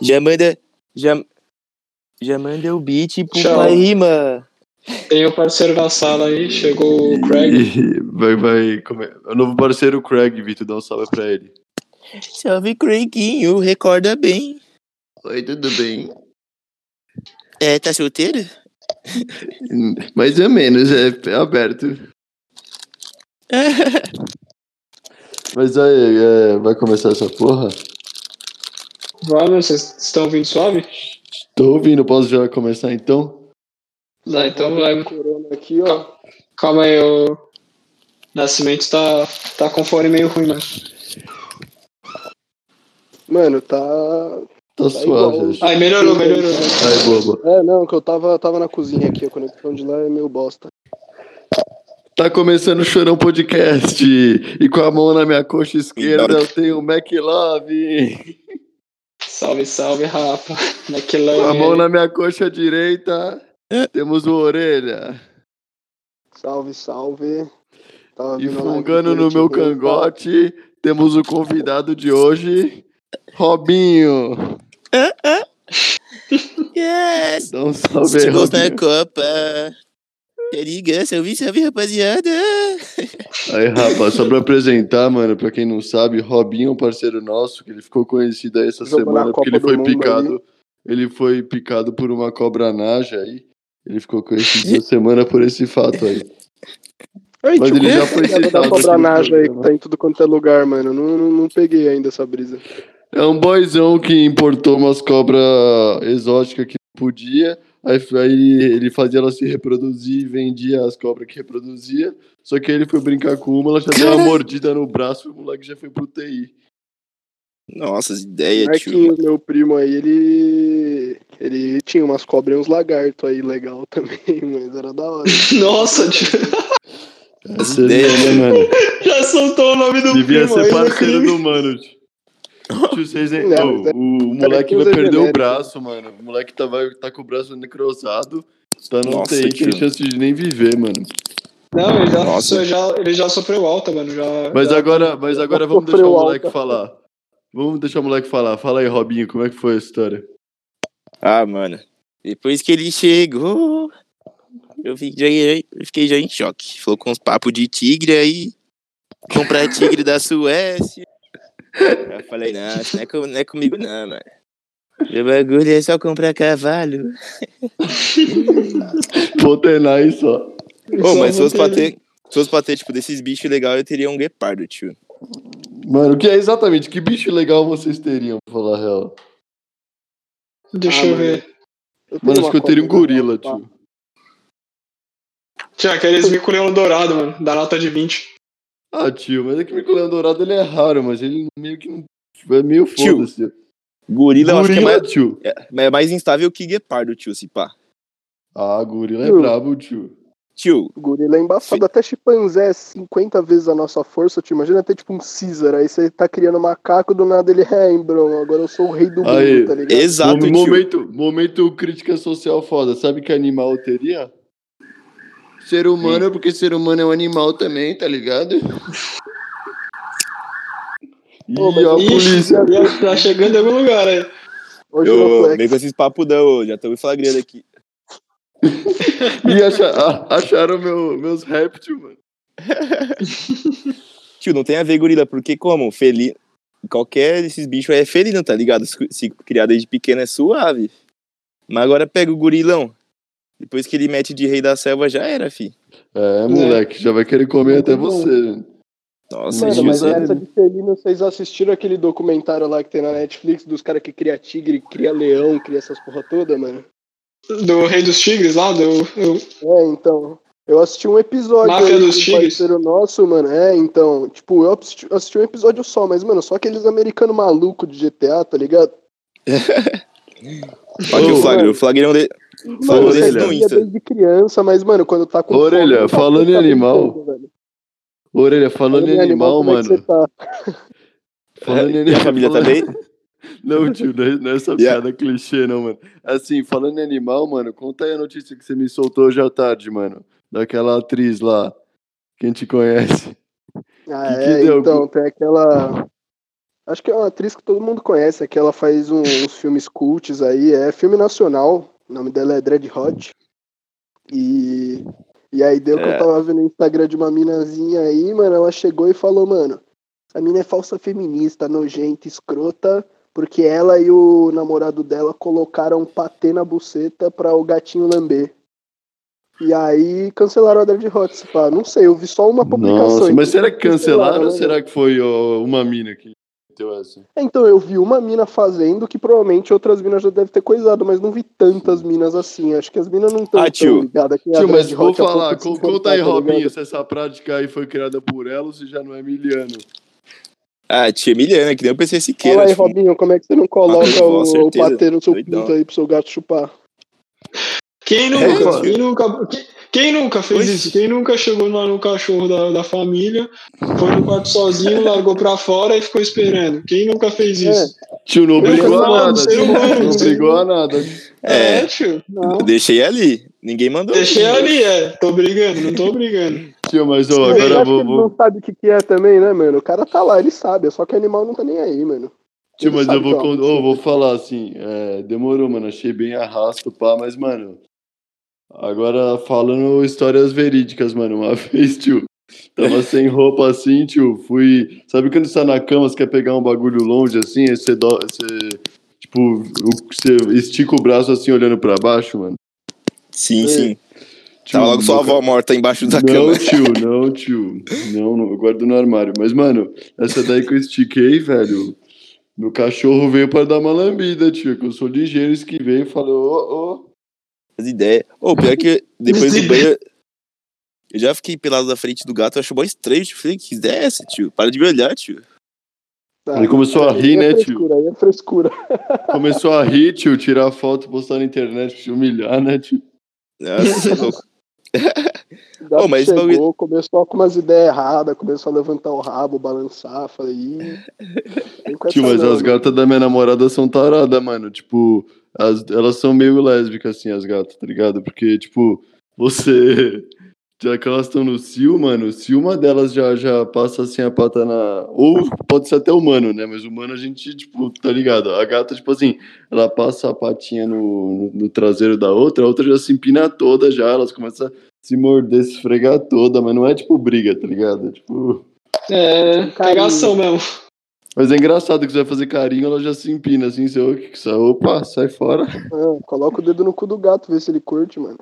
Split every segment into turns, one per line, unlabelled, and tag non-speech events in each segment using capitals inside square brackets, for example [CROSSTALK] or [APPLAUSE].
Já manda. Já, já manda o beat pro
Tchau.
pai rima.
Tem o parceiro na sala aí, chegou o Craig.
E vai, vai. Como é? O novo parceiro, o Craig, Vitor, dá um salve pra ele.
Salve, Craiginho, recorda bem.
Oi, tudo bem?
É, tá solteiro?
[LAUGHS] Mais ou menos, é [LAUGHS] aberto. Mas aí, é, vai começar essa porra?
Vamos, vocês estão ouvindo suave?
Tô ouvindo, posso já começar então?
Tá, então vai.
Corona aqui, ó.
Calma aí, o Nascimento tá, tá com fone meio ruim, mano.
Mano, tá.
Tá suave,
igual.
acho.
Ai, melhorou, melhorou. melhorou.
Ai, bobo.
É, não, que eu tava, tava na cozinha aqui, a conexão de lá é meio bosta.
Tá começando o Chorão Podcast. E com a mão na minha coxa esquerda eu tenho um o McLove.
Salve, salve, Rafa. [LAUGHS]
Com a mão
McLaren.
na minha coxa direita temos o Orelha.
Salve, salve. Tava
E
vendo a live
fungando
inteira,
no meu
tipo,
cangote temos o convidado de hoje, Robinho.
[LAUGHS] yes!
Dá um salve aí,
Chegou na
Robinho.
Copa. Tá ligado? Salve, salve, rapaziada.
Aí, rapaz, só pra apresentar, mano, pra quem não sabe, Robinho é um parceiro nosso, que ele ficou conhecido aí essa
Jogou na
semana porque
Copa
ele
do
foi
Mundo
picado. Ele foi picado por uma cobra naja aí. Ele ficou conhecido essa semana por esse fato aí.
Ei,
Mas
tipo,
ele já
[LAUGHS]
foi
Obrigado
citado
da
aqui no
cobranagem aí, que
programa.
tá em tudo quanto é lugar, mano. Não, não, não peguei ainda essa brisa.
É um boizão que importou umas cobras exóticas que não podia. Aí, aí ele fazia ela se reproduzir e vendia as cobras que reproduzia. Só que aí ele foi brincar com uma, ela já deu uma mordida no braço e o moleque já foi pro TI.
Nossa, as ideias, tio.
Marquinhos, meu primo aí, ele. Ele tinha umas cobras e uns lagartos aí legal [LAUGHS] também, mas era da hora. Ah,
né?
Nossa, [LAUGHS] tio,
Essa é, né,
[LAUGHS]
mano?
já soltou o nome do
Devia
primo
ser
aí no
parceiro
crime.
do mano. tio. Tio, vocês-
Não,
Ô,
mas é-
o, o moleque
que
vai
usa
perder o
genérico.
braço, mano. O moleque tá, vai, tá com o braço necrosado. Tá no
Nossa,
UTI, tem
tio.
chance de nem viver, mano.
Não, ele já,
Nossa.
ele já, ele já sofreu alta, mano.
É
Já,
Mas agora, mas agora vamos
né? sofreu
deixar o
alta.
moleque falar. Vamos deixar o moleque falar. Fala aí, Robinho, como é que foi a história?
Ah, mano. Depois que ele chegou, eu fiquei já, eu fiquei já em choque. Falou com uns papos de tigre aí. Comprar tigre da Suécia. Eu falei, não, isso não é, com- não é comigo não, mano. Meu bagulho é só comprar cavalo.
Vou treinar aí só.
Ô, mas se
Só
fosse, pra
manteve-
ter, se fosse pra ter, tipo, desses bichos legal, eu teria um guepardo, tio.
Mano, o que é exatamente? Que bicho legal vocês teriam, pra falar a real?
Deixa
Ah,
eu
mano.
ver.
Eu tenho
Mano,
uma
acho que eu teria um
cobra
gorila,
legal,
tio.
Tinha aqueles mico leão dourado, mano. Da nota de 20.
Ah, tio, mas é que o Micolão Dourado ele é raro, mas ele meio que não. É meio
Tio,
foda-se.
Gorila, eu acho que é
Gorila,
mais,
tio.
é- é mais instável que guepardo, tio, se pá.
Ah, gorila é
Tio.
brabo, tio.
Tio,
O gorila é embaçado. Até chimpanzé é 50 vezes a nossa força. Te imagina até tipo um Caesar. Aí você tá criando macaco, do nada ele é, hein, bro. Agora eu sou o rei do mundo,
Aí.
tá ligado?
exato,
Mom-
tio.
momento, momento crítica social foda. Sabe que animal eu teria? Ser humano, porque ser humano é um animal também, tá ligado? E
Ô, mas
a
Ixi,
polícia.
já tá chegando em algum lugar aí.
Hoje é eu,
Eu
eu
meio com esses papudão, já tô em flagrando aqui.
E acha- a- acharam meu, meus réptil, mano.
Tio, não tem a ver gorila, porque como? Felino. Qualquer desses bichos é felino, tá ligado? Se se criar desde pequeno é suave. Mas agora pega o gorilão. Depois que ele mete de rei da selva, já era, fi.
É, moleque, já vai querer comer até você. né?
Nossa,
Mano,
tio.
mas
você-
essa de felino, vocês assistiram aquele documentário lá que tem na Netflix dos caras que cria tigre, cria leão, cria essas porra toda, mano?
Do Rei dos Tigres lá, do. do-
É, então. Eu assisti um episódio
Máfia
aí
dos
com um
Tigres?
parceiro nosso, mano. É, então, tipo, eu assisti, assisti um episódio só, mas, mano, só aqueles americanos malucos de GTA, tá ligado?
Olha aqui
Ô,
o flagrão. O flagrão de... Fala
Ô,
desse
Orelha.
no Insta.
desde criança, mas, mano, quando tá com
Orelha,
fome, tá
falando em
tá
animal.
brincando, velho.
Orelha, falando em animal,
como é que
mano.
você tá?
Falando
[LAUGHS]
em
é? E a família tá
falando-
também?
Não, tio, não é, não é
[LAUGHS]
essa
Yeah.
piada clichê, não, mano. Assim, falando em animal, mano, conta aí a notícia que você me soltou hoje à tarde, mano. Daquela atriz lá. Quem te conhece?
Ah,
Que que
é,
deu?
então, tem aquela. Acho que é uma atriz que todo mundo conhece, é que ela faz um- uns filmes cults aí, é filme nacional, o nome dela é Dread Hot. E, e aí deu que
É.
eu tava vendo o Instagram de uma minazinha aí, mano, ela chegou e falou, mano, a mina é falsa feminista, nojenta, escrota, porque ela e o namorado dela colocaram um patê na buceta pra o gatinho lamber. E aí cancelaram a Dread Hot, se pá. Não sei, eu vi só uma publicação.
Nossa, mas
então-
será que cancelaram ou
né?
será que foi ó, uma mina que meteu essa?
Então, eu vi uma mina fazendo que provavelmente outras minas já devem ter coisado, mas não vi tantas minas assim. Acho que as minas não estão
Ah, tio.
tão ligadas. que é a
Tio, mas
Dread
vou
Hot, a ponto
falar,
de
co-
se cortar,
conta aí,
tá
Robinho,
ligado?
se essa prática aí foi criada por ela ou se já não é miliano.
Ah, tia Emiliana, que nem o PC Siqueira.
Fala aí,
tipo,
Robinho, como é que você não
Ah,
coloca
Matheus Vó,
o, o
certeza.
patê no seu
Doidão.
pinto aí pro seu gato chupar?
Quem
É,
nunca?
mano.
quem, nunca quem, quem nunca fez
Oxi.
isso? Quem nunca chegou lá no cachorro da, da família, foi no quarto sozinho, largou pra fora e ficou esperando? Quem nunca fez isso?
Tio, não
Nunca
obrigou a
falaram,
nada,
sei
tio.
lá,
Não
sei
obrigou
lá.
a nada.
É.
tio. Não.
eu Deixei ali. Ninguém mandou.
Deixei
ninguém.
ali, é. Tô brigando, não tô brigando.
Tio, mas ó,
Mas eu
agora
acho que
vou.
ele
vou-
não sabe o que, que é também, né, mano? O cara tá lá, ele sabe, é só que animal não tá nem aí, mano.
Tio,
Ele
mas eu
sabe
vou,
que é uma
con- ô, vou falar assim, é, demorou, mano, achei bem arrasto, pá, mas, mano, agora falando histórias verídicas, mano, uma [LAUGHS] vez, tio, tava sem roupa assim, tio, fui, sabe quando você tá na cama, você quer pegar um bagulho longe assim, aí você, dó- você, tipo, o- você estica o braço assim, olhando pra baixo, mano.
Sim, sim.
Tio,
Tava logo sua
nunca-
avó morta embaixo da
não,
cama.
tio, não, tio. Não, não, eu guardo no armário. Mas, mano, essa daí que eu estiquei, velho. Meu cachorro veio pra dar uma lambida, tio. Que eu sou ligeiro, esquivei e falei, ô, ô.
As ideias. Ô, pior que depois do banho. Eu já fiquei pelado na frente do gato, eu acho mó estranho, tio. Falei, que ideia é essa, tio? Para de me olhar, tio.
tá.
Ele começou a rir,
Aí
né,
é
tio?
frescura, aí
[LAUGHS]
é frescura.
Começou a rir, tio, tirar foto, postar na internet, te humilhar, né, tio?
Nossa, você é louco.
O gato
Ô, mas esse
chegou,
bagulho-
começou com umas ideias erradas, começou a levantar o rabo, balançar, falei...
[LAUGHS]
Ih, vem com
Tio,
essa
mas
não,
as
mano."
gatas da minha namorada são taradas, mano. Tipo, as- elas são meio lésbicas, assim, as gatas, tá ligado? Porque, tipo, você. [LAUGHS] Já que elas estão no cio, mano, se uma delas já, já passa assim a pata na. Ou pode ser até humano, né? Mas humano a gente, tipo, tá ligado? A gata, tipo assim, ela passa a patinha no, no, no traseiro da outra, a outra já se empina toda já, elas começam a se morder, se esfregar toda, mas não é tipo briga, tá ligado? É, Tipo.
É, pegação mesmo. [LAUGHS]
Mas é engraçado que você vai fazer carinho, ela já se empina assim, você, "Ô, que que isso é? opa,
[LAUGHS]
sai fora.
Ah, coloca o dedo no cu do gato, vê se ele curte, mano.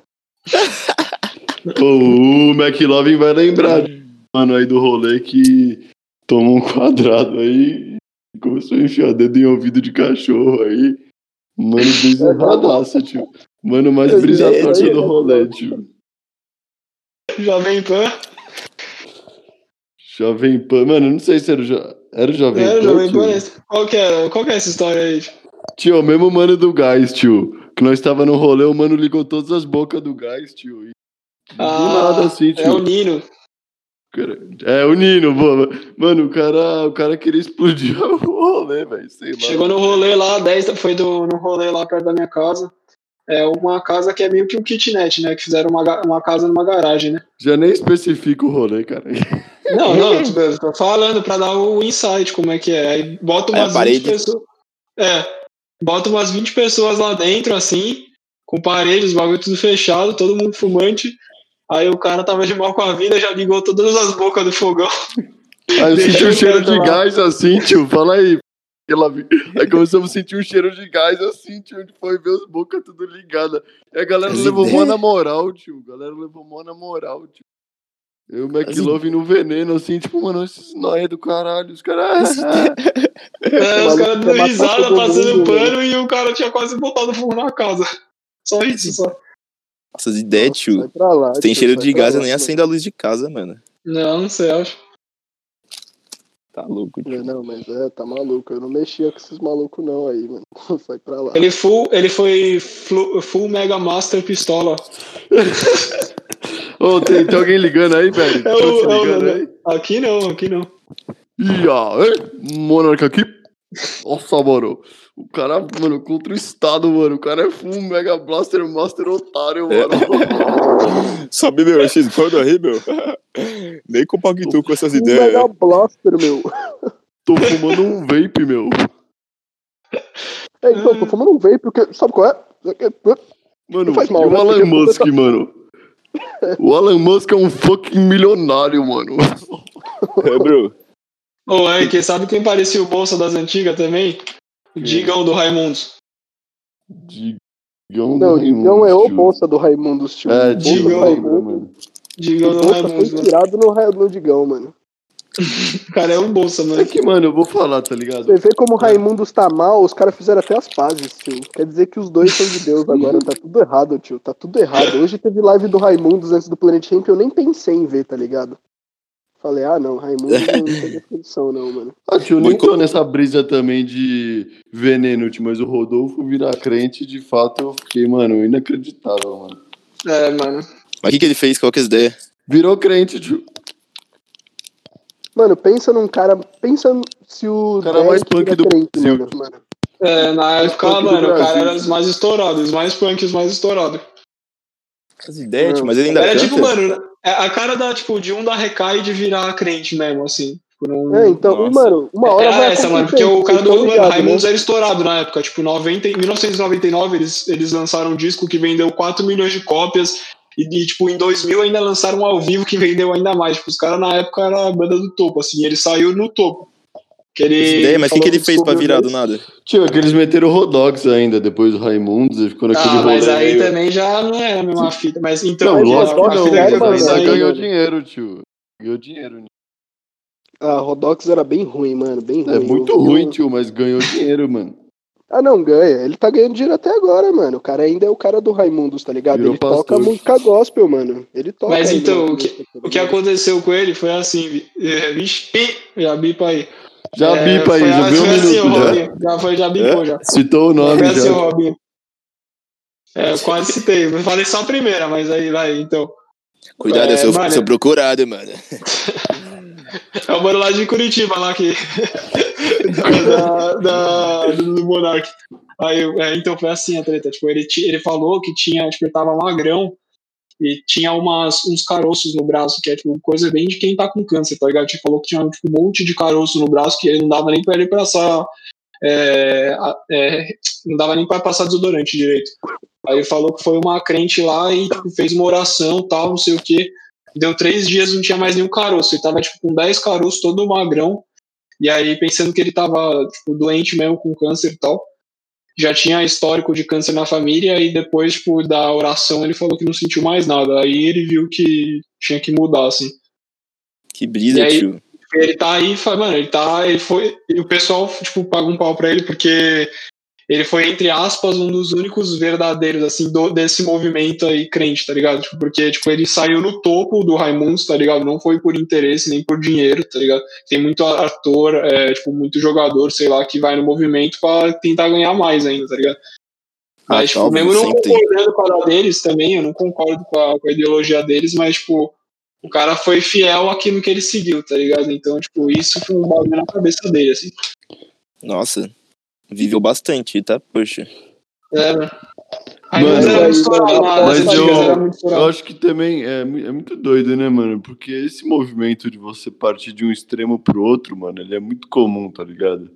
Ô, o McLovin vai lembrar, mano, aí do rolê que tomou um quadrado aí e começou a enfiar dedo em ouvido de cachorro aí. Mano, brisa erradaça, tio. Mano, mais
Esse
brisa
dedo
torta
aí,
do
é
né?
rolê, tio.
Jovem Pan.
Jovem Pan, mano, não sei se era o, jo... era o Jovem
É, Jovem Pan.
Pan. tio?
esse. Qual que era? Qual que é essa história aí? tio?
Tio, é o mesmo mano do gás, tio. Que nós tava no rolê, o mano ligou todas as bocas do gás, tio. E do nada assim, tio.
É o Nino.
Cara, É, o Nino, boa. Mano, o cara, o cara queria explodir [LAUGHS] o rolê, velho. Sei lá.
Chegou no rolê lá, 10, foi do, no rolê lá perto da minha casa. É uma casa que é meio que um kitnet, né? Que fizeram uma, ga- uma casa numa garagem, né?
Já nem especifica o rolê, cara.
[LAUGHS] Não, não, tipo, eu tô falando pra dar o insight como é que é. Aí bota
É, a
umas 20
parede.
pessoas. É, bota umas 20 pessoas lá dentro, assim, com parede, os bagulho tudo fechado, todo mundo fumante. Aí o cara tava de mal com a vida, já ligou todas as bocas do fogão.
Aí eu
Deixa
senti um
eu
cheiro de
cantar lá.
gás assim, tio. Fala aí. Ela...
[LAUGHS]
vi- Aí começamos a sentir um cheiro de gás assim, tio. onde Foi ver os bocas tudo ligada. E a galera
As
levou mó
ideias.
na moral, tio. A galera levou mó na moral, tio. Eu e o
As
McLovin no veneno, assim, tipo, mano, esses nóia do caralho. Os caras.
É, os caras
maluco
dando
quer matar
risada,
todo
passando
mundo,
pano e o cara tinha quase botado fogo na casa. Só isso, só.
Essas ideias, É,
Sai
tio.
pra lá,
Se tem
tio,
cheiro
sai
de
tá
pra
gás, eu
lá,
nem
mano.
acendo a luz de casa, mano.
Não, não sei, acho.
Tá louco,
[LAUGHS]
tio.
É, Não, mas é, tá maluco. Eu não mexia com esses malucos não aí, mano. [LAUGHS] Sai pra lá.
Ele, full, ele foi flu- full Mega Master Pistola.
[LAUGHS] Ô, tem, tem alguém ligando aí, velho?
É
Tá se
o- é o-
ligando aí?
Aqui não, aqui não.
E aí, Monarca aqui. Nossa, mano. O cara, mano, contra o Estado, mano. O cara é full Mega Blaster Master Otário,
É.
mano.
Sabe, meu, esses
[LAUGHS]
gordos aí, meu. Nem compactou com essas
Um mega blaster, meu.
Tô fumando um vape, meu.
É, então, tô fumando um vape, porque sabe qual é?
Mano,
Não faz mal,
e o
né?
Elon
Porque
Musk, mano? O Elon Musk é um fucking milionário, mano.
É,
Ô, Bru,
Ô, é, que sabe quem parecia o Bolsa das Antigas também? O Digão do Raimundos.
Digão do
Não,
Raimundo,
não é o
tio.
Bolsa do Raimundo tio.
É,
Bolsa
Digão
do
Digão lembra,
Raimundo.
mano.
Digão é
O
do
Bolsa foi
Raimundos, mano.
inspirado no, Ra- no Digão, mano.
O cara é um Bolsa,
É
mano.
que, mano, eu vou falar, tá ligado?
Você vê como o Raimundo está mal, os caras fizeram até as pazes, tio. Quer dizer que os dois são de Deus agora, tá tudo errado, tio. Tá tudo errado. Hoje teve live do Raimundos antes do Planet Ramp, eu nem pensei em ver, tá ligado? Falei, ah não, Raimundo não tem definição não, mano.
Ah, tio, eu nem
Muito-
tô nessa brisa também de veneno, tio, mas o Rodolfo virar crente, de fato, eu fiquei, mano, inacreditável, mano.
É, mano.
mas o que, que ele fez? Qual que é a ideia?
Virou crente, tio.
Mano, pensa num cara, pensa se o
Cara mais
Derek
punk
vira
do
crente,
Brasil.
mano, mano.
É, na
Mais
época,
punk do
mano, o cara
Brasil.
era os mais estourados, os mais punk, os mais estourados.
As ideias,
Não.
tio, mas ele ainda
Era
canta?
tipo, mano, é a cara da, tipo, de um da recai de virar crente mesmo, assim. Tipo, não-
É, então,
Nossa.
e, mano, uma hora
Era
vai
É, essa, mano, porque
acontecer,
o cara
vocês
do
tão
mano,
ligados,
Raimundos é
né?
era estourado na época. Tipo, 90, em 1999 eles, eles lançaram um disco que vendeu 4 milhões de cópias. E, e, tipo, em 2000 ainda lançaram um ao vivo que vendeu ainda mais. Tipo, os caras na época era a banda do topo, assim. Ele saiu no topo. Que
As
ele
ideias, mas o que, que ele fez pra
descobriu
virar do
dois-
nada?
Tio, é que eles meteram o Rodox ainda, depois o Raimundos, e ficou naquele
Ah, mas
rolê
aí
meio-
também já não era a mesma fita. Mas então,
Não,
Mas
a-
lógico
Rodox
a
que não,
fita
era
que eu
mano.
uma
fiz
Ainda
merda,
aí.
né?
ganhou
mano.
dinheiro, tio. Ganhou dinheiro. né?
A Rodox era bem ruim, mano, bem ruim.
É muito
Eu vi um-
ruim, tio, mas ganhou dinheiro, mano.
Ah, não, ganha. Ele tá ganhando dinheiro até agora, mano. O cara ainda é o cara do Raimundos, tá ligado?
Virou
ele toca
pastor.
música gospel, mano. Ele toca.
Mas
ainda
então, o
música,
que,
tá
o que
ligado?
aconteceu com ele foi assim. vi- eh, Vixe, já bipa aí.
Já
É,
bipa aí,
foi
já
a-
viu um
foi assim,
minuto
ô,
já.
Robinho. Já foi, já bipou, já.
Citou o nome
Foi assim, ô,
já.
Robinho. É, eu quase citei. Eu falei só a primeira, mas aí vai, então.
Cuidado, eu
é,
sou,
mano,
sou procurado, mano.
é o mano lá de Curitiba, lá que. da, da- do Monark. Aí, eu- é, então foi assim a treta. Tipo, ele, ti- ele falou que tinha, tipo, ele tava magrão e tinha umas, uns caroços no braço, que é tipo coisa bem de quem tá com câncer, tá ligado? Tipo, falou que tinha tipo, um monte de caroço no braço que ele não dava nem pra ele passar. é, a- é, não dava nem pra passar desodorante direito. Aí ele falou que foi uma crente lá e tipo, fez uma oração tal, não sei o que. Deu três dias não tinha mais nenhum caroço. Ele tava tipo, com 10 caroços, todo magrão. E aí, pensando que ele tava tipo, doente mesmo com câncer e tal. Já tinha histórico de câncer na família e depois tipo, da oração ele falou que não sentiu mais nada. Aí ele viu que tinha que mudar, assim.
Que brisa,
E aí-
tio.
Ele tá aí, fa- mano, ele tá. Ele foi, e o pessoal, tipo, paga um pau pra ele, porque ele foi, entre aspas, um dos únicos verdadeiros, assim, do- desse movimento aí crente, tá ligado? Tipo, porque, tipo, ele saiu no topo do Raimundos, tá ligado? Não foi por interesse nem por dinheiro, tá ligado? Tem muito ator, é, tipo, muito jogador, sei lá, que vai no movimento pra tentar ganhar mais ainda, tá ligado?
Ah,
Mas, tipo,
óbvio,
mesmo não
sempre tem.
concordando com a deles também, eu não concordo com a, com a ideologia deles, mas, tipo, o cara foi fiel àquilo que ele seguiu, tá ligado? Então, tipo, isso foi um bagulho na cabeça dele, assim.
Nossa, viveu bastante, tá? Poxa.
É, né? Aí mas
Mano,
era muito estourado,
mas
mas
Mas
as antigas era
eu,
muito estourado.
eu acho que também é, mu- é muito doido, né, mano? Porque esse movimento de você partir de um extremo pro outro, mano, ele é muito comum, tá ligado?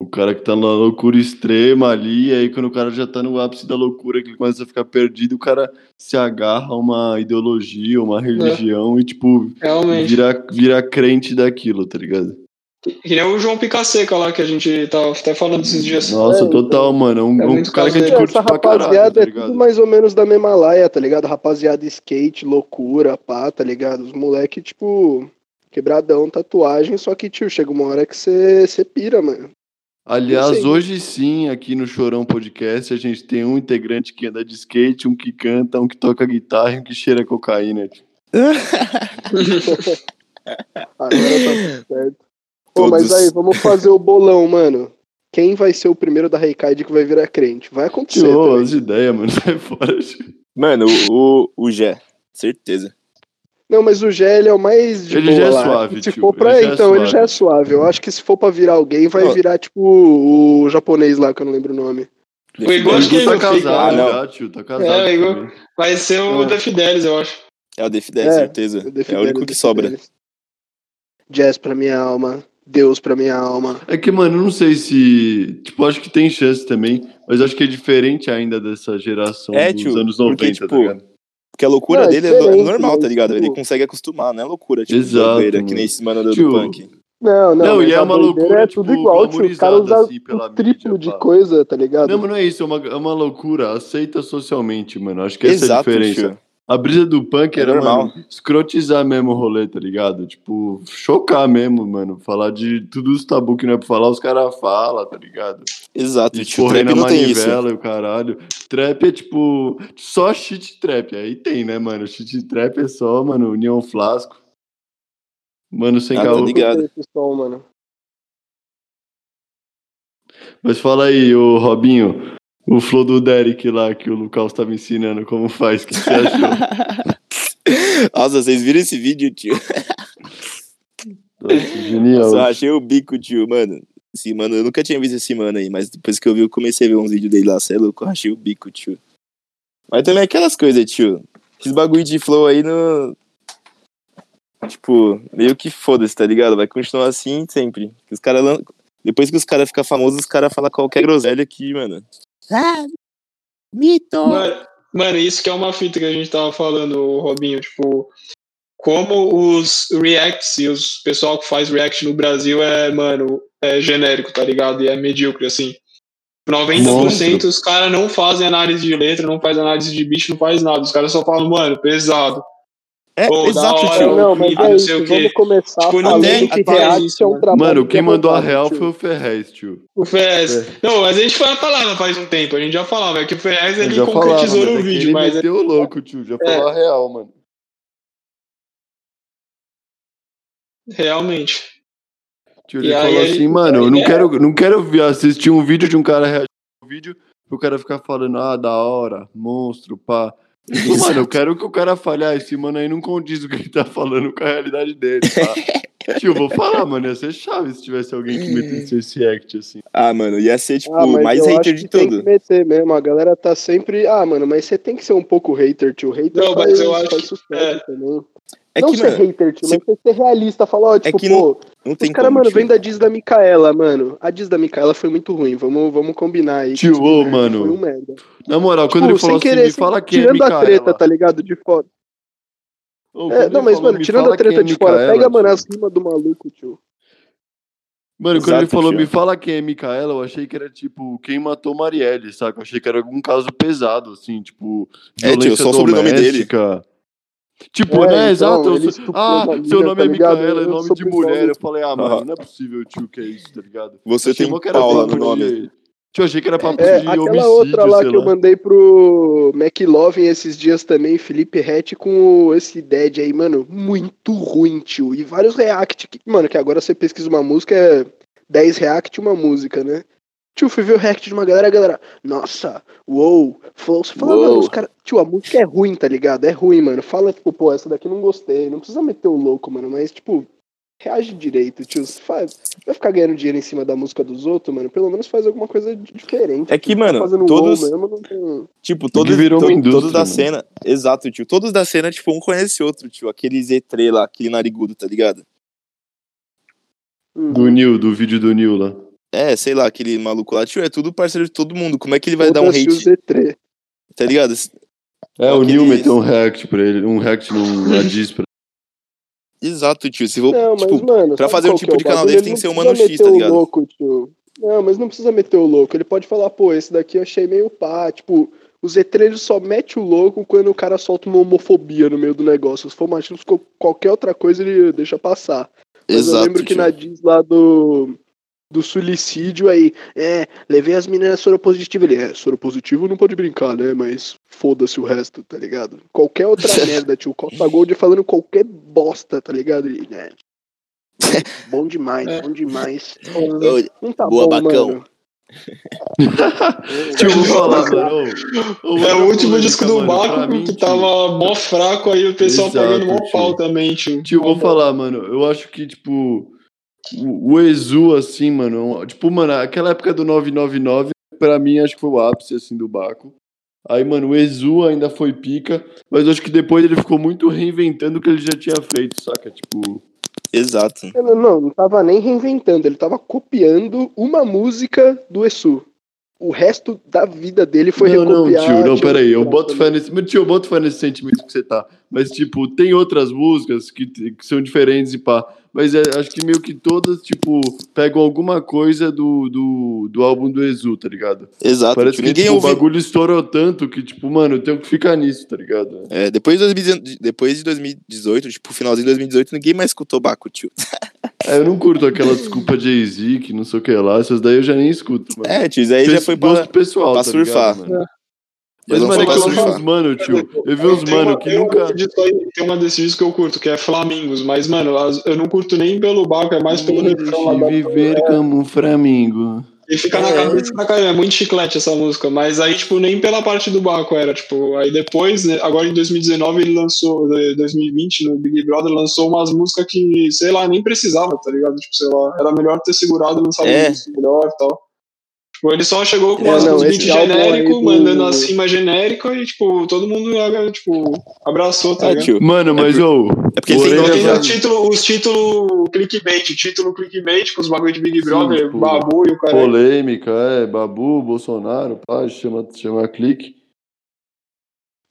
O cara que tá na loucura extrema ali, e aí quando o cara já tá no ápice da loucura, que ele começa a ficar perdido, o cara se agarra a uma ideologia, uma religião e, tipo,
Realmente.
vira, vira crente daquilo, tá ligado?
Que nem o João Picaceca lá, que a gente tava até falando esses dias.
Nossa,
É,
total, mano. É um,
É
um
muito
cara que
caso
a gente
dele.
curte
Essa
pra caralho,
rapaziada
tá
é tudo
ligado?
mais ou menos da mesma laia, tá ligado? Rapaziada skate, loucura, pá, tá ligado? Os moleque, tipo, quebradão, tatuagem, só que, tio, chega uma hora que você pira, mano.
Aliás,
assim,
Sim.
hoje sim, aqui no Chorão Podcast, a gente tem um integrante que anda de skate, um que canta, um que toca guitarra e um que cheira cocaína. tio.
Agora tá tudo certo. Pô,
Todos.
mas aí, vamos fazer o bolão, mano. Quem vai ser o primeiro da Recaide que vai virar crente? Vai acontecer,
é
tá
Tio, ô,
também.
as ideias, mano, [LAUGHS] sai fora. tio.
Mano, o, o, o Jé, certeza.
Não, mas o Gé, ele é o mais de
Ele
boa
já é
lá.
suave,
se
tio.
for pra
Ele já é
então, ele
suave.
já é suave. Eu acho que se for pra virar alguém, vai
Não.
virar tipo o japonês lá, que eu não lembro o nome.
O Igor
O
acho que
Igor
ele
tá
não fica.
casado
Ah, não.
já, tio. Tá casado.
É, Igor.
também.
Vai ser o
Ah.
The Fidelis, eu acho.
É o Def 10,
É,
certeza.
Eu
É
defendo
o único
ele,
que
defendo
sobra.
ele. Jazz pra minha alma. Deus pra minha alma.
É que, mano, eu não sei se. Tipo, acho que tem chance também, mas acho que é diferente ainda dessa geração
É,
dos
tio,
anos
porque,
90, tá
tipo,
ligado?
Porque a loucura
Não, é
dele é,
diferente,
normal, tá
né?
ligado? Ele
Tipo-
consegue acostumar, não é loucura, tipo,
Exato,
doideira,
mano. Tipo,
que nem esse mano do, do
Tio,
punk.
Não, não.
Não, e
mas
é
a
uma
doideira
loucura,
É tudo
tipo,
igual, tio. Os caras
glamourizada,
usam
assim, pela
o triplo
mídia,
de
pá.
coisa, tá ligado?
Não, mas não é isso, é uma, é uma loucura. Aceita socialmente, mano. Acho que essa
Exato,
é a diferença.
tio.
A brisa do punk
É
era,
normal.
mano, escrotizar mesmo o rolê, tá ligado? Tipo, chocar mesmo, mano. Falar de tudo os tabu que não é pra falar, os caras falam, tá ligado?
Exato,
E
tio. O
correr
tipo trap
na
não tem isso.
manivela e o caralho. Trap é tipo. Só shit trap. Aí tem, né, mano? Shit trap é só, mano, Neon Flasco. Mano, sem
Ah, tá
caô.
ligado.
Esse som, mano.
Mas fala aí, ô Robinho. O flow do Derek lá que o Lucas tava ensinando como faz. O que você achou?
[LAUGHS] Nossa, vocês viram esse vídeo, tio?
Nossa, genial.
Só achei o bico, tio, mano. Esse mano, eu nunca tinha visto esse mano aí, mas depois que eu vi, eu comecei a ver uns vídeos dele lá, cê é louco, eu achei o bico, tio. Mas também é aquelas coisas, tio. Esses bagulho de flow aí no. Tipo, meio que foda-se, tá ligado? Vai continuar assim sempre. Os cara lan- Depois que os caras ficam famosos, os caras falam qualquer groselha aqui, mano. Ah, mito!
Mano, mano, isso que é uma fita que a gente tava falando, Robinho, tipo, como os reacts e os pessoal que faz react no Brasil é, mano, é genérico, tá ligado? E é medíocre, assim. 90%
Monstro.
os caras não fazem análise de letra, não faz análise de bicho, não faz nada. Os caras só falam, mano, pesado.
É,
Pô, da
exato,
hora,
tio.
o
não, mas
clipe,
é
não sei
isso.
o quê.
Vamos começar
Tipo, não
falando
tem-
que
faz
react
isso,
é um
mano.
tá
trabalho
Mano, quem
de
mandou a
avocado,
real
tio.
foi o Ferrez, tio.
O Ferrez.
É.
Não, mas a gente foi falava faz um tempo, a gente já falava, é que o Ferrez
Eu
ele
já falava,
concretizou
mas é
no
que
vídeo,
ele
mas
né?
meteu o louco, tio. Já
É.
falou a real, mano.
realmente.
Tio,
E
ele
aí
falou
ele-
assim, mano, eu
ele
não
é-
quero, não quero ver- assistir um vídeo de um cara reagindo ao vídeo pro cara ficar falando, ah, da hora, monstro, pá. Ele falou, mano, eu quero que o cara fale, ah, esse mano aí não condiz o que ele tá falando com a realidade dele, pá.
[LAUGHS]
tio, eu vou falar, mano, ia ser chave se tivesse alguém que
É.
metesse esse react, assim.
Ah, mano, ia ser, tipo,
Ah, mas
mais
eu
hater
acho
de
que tem que
tudo.
meter mesmo. A galera tá sempre. Ah, mano, mas você tem que ser um pouco hater, tio. Hater
Não,
faz,
mas eu acho
faz
que-
sucesso
é.
também.
É
não
que,
ser
mano,
hater, tio,
se-
mas você ser realista.
É
Falar, ó, tipo,
que
pô,
não
os
tem
caras,
como,
mano,
tio.
vem da Diz da Micaela, mano. A Diz da Micaela foi muito ruim. Vamos, vamos combinar aí. que
Tio, ô,
foi
mano.
um merda.
Na moral, quando
Tipo,
ele falou
sem
assim,
querer,
me
sem-
fala quem é
tirando a
Micaela.
treta, tá ligado? De fora.
Ô,
É,
quando
não,
ele
mas,
falou,
mano,
"Me
tirando
fala
a treta
quem é
de fora,
Micaela",
pega, mano,
tio.
as rimas do maluco, tio.
Mano, quando ele
Exato,
falou,
tio.
me fala quem é Micaela, eu achei que era tipo, quem matou Marielle, saca? Eu achei que era algum caso pesado, assim, tipo,
É, tio,
violência
só o sobrenome dele.
doméstica. Tipo,
É,
né,
então,
exato. eu
ele
sou-
estuprou
Ah,
uma mina,
seu nome
tá
é
ligado?
Micaela, é
Eu
nome de
sobrenome.
mulher. Eu falei, ah, mano,
Ah.
não é possível, tio, que é isso, tá ligado?
Você
achei
tem
mó que era
Paula
papo
no nome.
de. Tio, achei que era papo
É,
de
aquela outra
homicídio,
lá
sei
que eu
lá.
mandei pro McLovin esses dias também, Felipe Rett, com o- esse Dead aí, mano, muito ruim, tio. E vários react, que- mano, que agora você pesquisa uma música, é 10 react uma música, né? Tio, fui ver o react de uma galera, a galera, nossa, uou, flow. Você fala,
Uou.
mano, os caras, tio, a música é ruim, tá ligado? É ruim, mano. Fala, tipo, pô, essa daqui não gostei, não precisa meter o louco, mano, mas, tipo... Reage direito, tio. Você faz- Vai ficar ganhando dinheiro em cima da música dos outros, mano? Pelo menos faz alguma coisa di- diferente.
É que,
Ficar
mano,
fazendo
todos-
gol mesmo, não tem- hum.
Tipo, todos,
virou uma
to-
indústria,
todos
né?
da
mano.
cena. Exato, tio. Todos da cena, tipo, um conhece outro, tio. Aquele Z3 lá, aquele narigudo, tá ligado?
Hum.
Do Nil, do vídeo do Nil lá.
É, sei lá, aquele maluco lá, tio, é tudo parceiro de todo mundo. Como é que ele vai dar um
Foda-se o
hate,
Z3.
tá ligado?
É, o
Aqueles-
Nil meteu um react pra ele, um react no, na Diz pra
Exato, tio. Se for,
Não, mas,
tipo,
mano,
pra
sabe
fazer um
qual
tipo
que é o
de canal
bagulho?
desse
Ele
tem
não
que ser um
precisa
mano X,
meter
tá
o
ligado?
louco, tio. Não, mas não precisa meter o louco. Ele pode falar, pô, esse daqui eu achei meio pá. Tipo, o Z3 ele só mete o louco quando o cara solta uma homofobia no meio do negócio. Se for machismo, co- qualquer outra coisa ele deixa passar. Mas eu lembro
Exato,
que
tio.
na Diz lá do. Do suicídio aí, é, levei as meninas soropositivo. Ele é, soropositivo não pode brincar, né? Mas foda-se o resto, tá ligado? Qualquer
[LAUGHS]
outra merda, tio. Costa Gold falando qualquer bosta, tá ligado? Ele, né? Bom demais,
É.
bom demais.
Ô,
Não tá
Boa,
bom,
Bacão.
mano.
Tio, eu vou falar, mano. ô, ô,
É
outra
o último
polêmica,
disco do
mano, pra
Baco
mim,
que
tio,
tava mó fraco aí, o pessoal
Exato,
pagando mó
tio.
pau também, tio.
Tio, eu vou
Mó pau.
falar, mano. Eu acho que, tipo, o, o Exu, assim, mano. é um- Tipo, mano, aquela época do 999, pra mim, acho que foi o ápice, assim, do Baco. Aí, mano, o Exu ainda foi pica, mas eu acho que depois ele ficou muito reinventando o que ele já tinha feito, saca? Tipo,
Exato.
Eu Não, não, não tava nem reinventando, ele tava copiando uma música do Exu. O resto da vida dele foi
não, não,
recopiar. tipo,
tio, não,
tirar
peraí, eu
copiar
boto
também.
fé nesse. Mas, tio, eu boto fé nesse sentimento que você tá. Mas, tipo, tem outras músicas que, que são diferentes e pá. Mas é, acho que meio que todas, tipo, pegam alguma coisa do, do, do álbum do Exu, tá ligado?
Exato.
Parece
Tipo,
que
ninguém
tipo,
ouve.
o bagulho estourou tanto que, tipo, mano, eu tenho que ficar nisso, tá ligado?
É, depois, de 2018, depois de 2018, tipo, finalzinho de 2018, ninguém mais escutou Baco, tio.
É, eu não curto aquela desculpa Jay-Z, que não sei o que lá, essas daí eu já nem escuto, mano.
É, tio, isso aí já
Pes-
foi pra.
gosto pessoal,
pra
tá ligado,
surfar.
É.
mano?
Mas
Mas,
não
mano,
foi
é que
pra
eu vi
surfar.
uns mano, tio. Eu vi uns
Tem
mano
uma-
que
tem uma
nunca.
desse disco aí- Tem uma desses discos que eu curto, que é Flamingos, mas, mano, as- eu não curto nem pelo barco, é mais pelo
Me
refrão lá
deixe
da.
viver como um flamingo.
E fica na
É.
cabeça da cara, é muito chiclete essa música, mas aí, tipo, nem pela parte do Baco era, tipo, aí depois, né, agora em 2019 ele lançou, eh, 2020 no Big Brother, lançou umas músicas que, sei lá, nem precisava, tá ligado? Tipo, sei lá, era melhor ter segurado e lançado
É.
uma música melhor e tal. Tipo, ele só chegou com
É,
umas
não,
uns
esse
beats
álbum aí
genéricos,
do-
mandando as rimas genéricas e, tipo, todo mundo, ah, tipo, abraçou, tá
É,
ligado?
tio.
né?
Mano, mas ô.
É porque ele tem
orelha
nome
Porque
já.
vai-
os títulos os título clickbait, título clickbait com os bagulho de Big
Sim,
Brother,
tipo,
babu e o cara.
Polêmica, é, Babu, Bolsonaro, pá, chama, chama clique.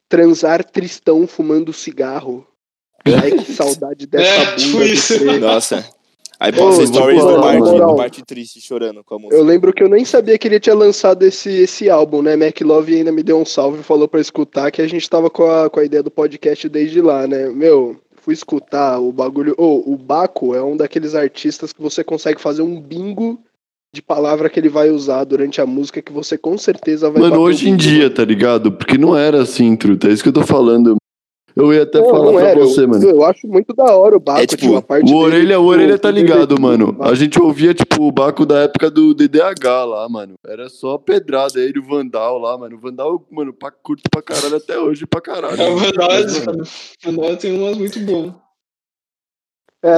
Transar tristão fumando cigarro. Ai,
[LAUGHS]
que saudade dessa
É,
bunda
tipo
do
isso.
preto.
Nossa. Aí
Ô,
posta
vou
stories
falar,
do
na
Bart,
moral.
do Bart triste, chorando com a música.
Eu lembro que eu nem sabia que ele tinha lançado esse, esse álbum, né? Mac Love ainda me deu um salve e falou pra escutar, que a gente tava com a, com a ideia do podcast desde lá, né? Meu, fui escutar o bagulho. Ô, o Baco é um daqueles artistas que você consegue fazer um bingo de palavra que ele vai usar durante a música, que você com certeza vai
Mano,
bater o
hoje em
bingo.
dia, tá ligado? Porque não era assim, truta. É isso que eu tô falando. Eu ia até
Não,
falar
não
pra
era.
você,
eu,
mano.
eu acho muito da hora o Baco,
É, tipo,
tio, a parte
O
dele,
orelha, o
tipo,
orelha tá
tudo
ligado,
divertido,
mano.
Baco.
A gente ouvia, tipo, o Baco da época do DDH lá, mano. Era só pedrada, ele e o Vandal lá, mano. O Vandal, mano, pra, curto pra caralho até hoje, pra caralho.
É o
mano. Mas,
Vandal,
mano,
cara. O Vandal tem umas muito boas.
É,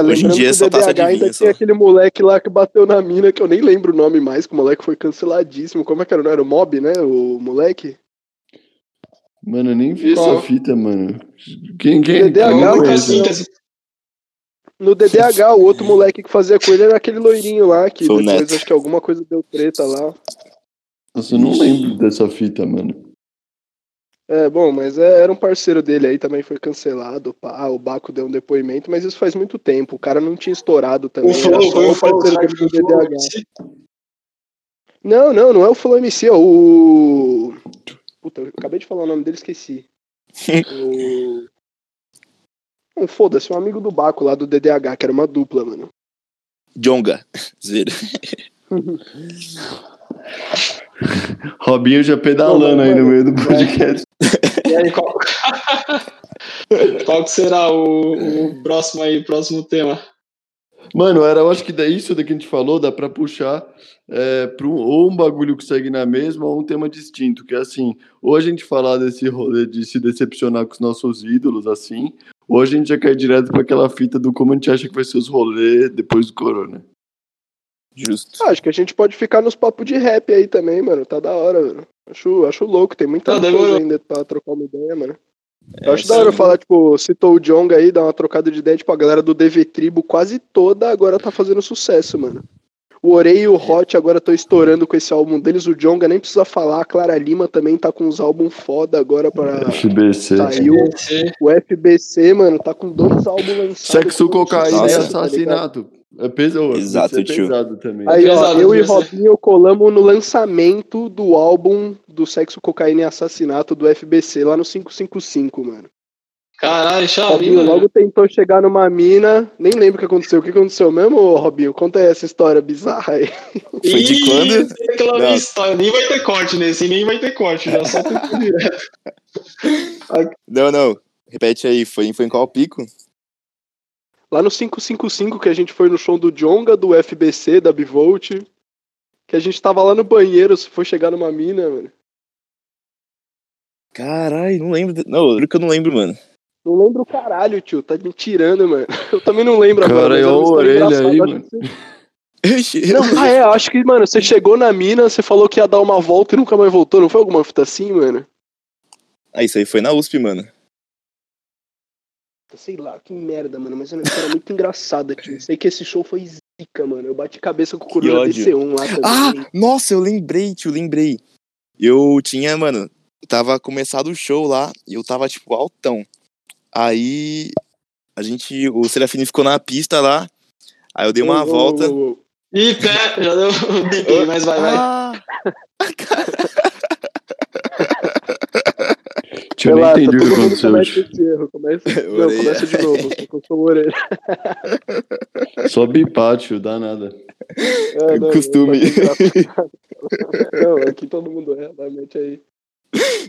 Hoje em
lembrando
dia
que
é
o
só taça de
DDH ainda
vinho,
tinha
só.
aquele moleque lá que bateu na mina, que eu nem lembro o nome mais, que o moleque foi canceladíssimo. Como é que era? Não era o Mob, né? O moleque?
Mano, eu nem vi
Qual?
essa fita, mano. Quem, quem? é
DDH,
eu não
mano.
Única
conheço.
síntese.
No
[LAUGHS]
DDH, o outro moleque que fazia com ele era aquele loirinho lá, que
Foi o
depois
Neto.
acho que alguma coisa deu treta lá.
Nossa, eu não lembro dessa fita, mano.
É, bom, mas é- era um parceiro dele aí, também foi cancelado. Pá, o Baco deu um depoimento, mas isso faz muito tempo. O cara não tinha estourado
O
também, era
Flow, foi um
só
o
o
Flow,
parceiro
será
dele
que foi
do
o Flow?
DDH. Não, não, não é o Flow MC, é o. Puta, eu acabei de falar o nome dele, esqueci. o. Não, foda-se, um amigo do Baco lá do DDH, que era uma dupla, mano.
Jonga. [LAUGHS] Zero.
Robinho já pedalando
Não, mas,
aí no
mano, é,
meio do podcast.
E aí, qual... [LAUGHS] qual que será o, o próximo aí, próximo tema?
Mano, era, eu acho que da- isso daqui que a gente falou, dá pra puxar é, pra um, ou um bagulho que segue na mesma ou um tema distinto. Que é assim, ou a gente falar desse rolê de se decepcionar com os nossos ídolos, assim, ou a gente já cai direto pra aquela fita do como a gente acha que vai ser os rolês depois do corona.
Justo.
Ah, acho que a gente pode ficar nos papos de rap aí também, mano. Tá da hora, mano. Acho, acho louco, tem muita
Tá,
coisa
demorou.
ainda pra trocar uma ideia, mano. Eu acho
É,
da hora
sim.
falar, tipo, citou o Jonga aí, dar uma trocada de ideia, tipo, a galera do DV Tribo quase toda agora tá fazendo sucesso, mano. O Orei e o Hot agora estão estourando com esse álbum deles, o Jonga nem precisa falar, a Clara Lima também tá com uns álbum foda agora pra
É.
FBC.
sair. o-
Esse-
O FBC, mano, tá com dois álbuns lançados.
Sexo,
tudo um
cocaína
Nossa.
e
sucesso, tá ligado?
assassinato. é pesado,
Exato,
é
tio.
pesado também.
Aí, ó,
Pesado,
eu e
devia ser.
Robinho colamos no lançamento do álbum do Sexo, Cocaína e Assassinato do FBC lá no 555, mano.
Caralho, Xavi,
Robinho
Ah, mano.
logo tentou chegar numa mina, nem lembro o que aconteceu. O que aconteceu mesmo, ô, Robinho? Conta aí essa história bizarra aí.
Foi de
Ih,
quando?
sei que lá
Não.
vem história. Nem vai ter corte nesse, nem vai ter corte. Já só tem que direto.
Não, não. Repete aí, foi, em- foi em qual pico?
Lá no 555 que a gente foi no show do Jonga, do FBC, da Bivolt, que a gente tava lá no banheiro, se for chegar numa mina, mano.
Caralho, não lembro. de- Não, eu juro que eu não lembro, mano.
Não lembro o caralho, tio. Tá me tirando, mano. [LAUGHS] Eu também não lembro
Cara,
agora, mas é
olha
uma
a
história
orelha
engraçada.
aí,
acho
mano.
que você- Não, ah, é, acho que, mano, você chegou na mina, você falou que ia dar uma volta e nunca mais voltou. Não foi alguma fita assim, mano?
Ah, isso aí foi na USP, mano.
Puta, sei lá, que merda, mano. Mas era uma história muito engraçada, tio. Sei que esse show foi zica, mano. Eu bati cabeça com o Corona
ódio.
DC1 lá tá também.
Ah, nossa, eu lembrei, tio, lembrei. Eu tinha, mano, tava começado o show lá e eu tava, tipo, altão. Aí a gente, o Serafini ficou na pista lá, aí eu dei uma
Ô, ô,
volta.
ô, ô.
Ih, pé, já deu [LAUGHS] um biquinho, mas vai, vai.
Ah,
Tio, eu nem
Relaxa,
entendi o
todo
que aconteceu,
mundo Começa
tio.
esse erro, começa, não,
Orelha.
começa de novo. Eu sou
[LAUGHS]
o orelha.
Só bipar, tio, dá nada.
É, não,
costume.
Não, aqui todo mundo é, vai, mete aí.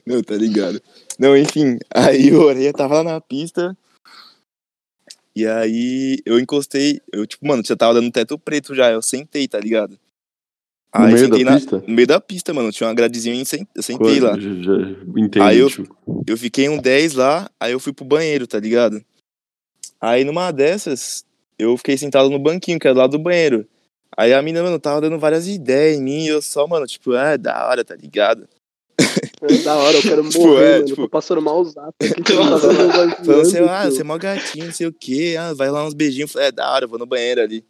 Não, tá ligado. Não, enfim, [LAUGHS] aí o Oreia tava lá na pista. E aí eu encostei, eu, tipo, mano, já tava dando teto preto já, eu sentei, tá ligado?
No
Aí
meio
sentei
da
na,
pista?
no meio da pista, mano, tinha uma gradezinha e sen- eu sentei lá.
Já, já entendi,
Aí eu-
tio.
Eu fiquei um 10 lá, aí eu fui pro banheiro, tá ligado? Aí numa dessas, eu fiquei sentado no banquinho, que era lá do banheiro. Aí a mina, mano, tava dando várias ideias em mim, e eu só, mano, tipo, ah, da hora, tá ligado?
É da hora, eu quero morrer,
Tipo, é,
mano.
tipo-
Tô passando mal usado
[LAUGHS]
aqui. tô
Nossa.
passando mal usado,
Falando, sei lá, ah,
tio.
você é mó gatinho, não sei o quê, ah, vai lá uns beijinhos. Eu Falei, é da hora, eu vou no banheiro ali.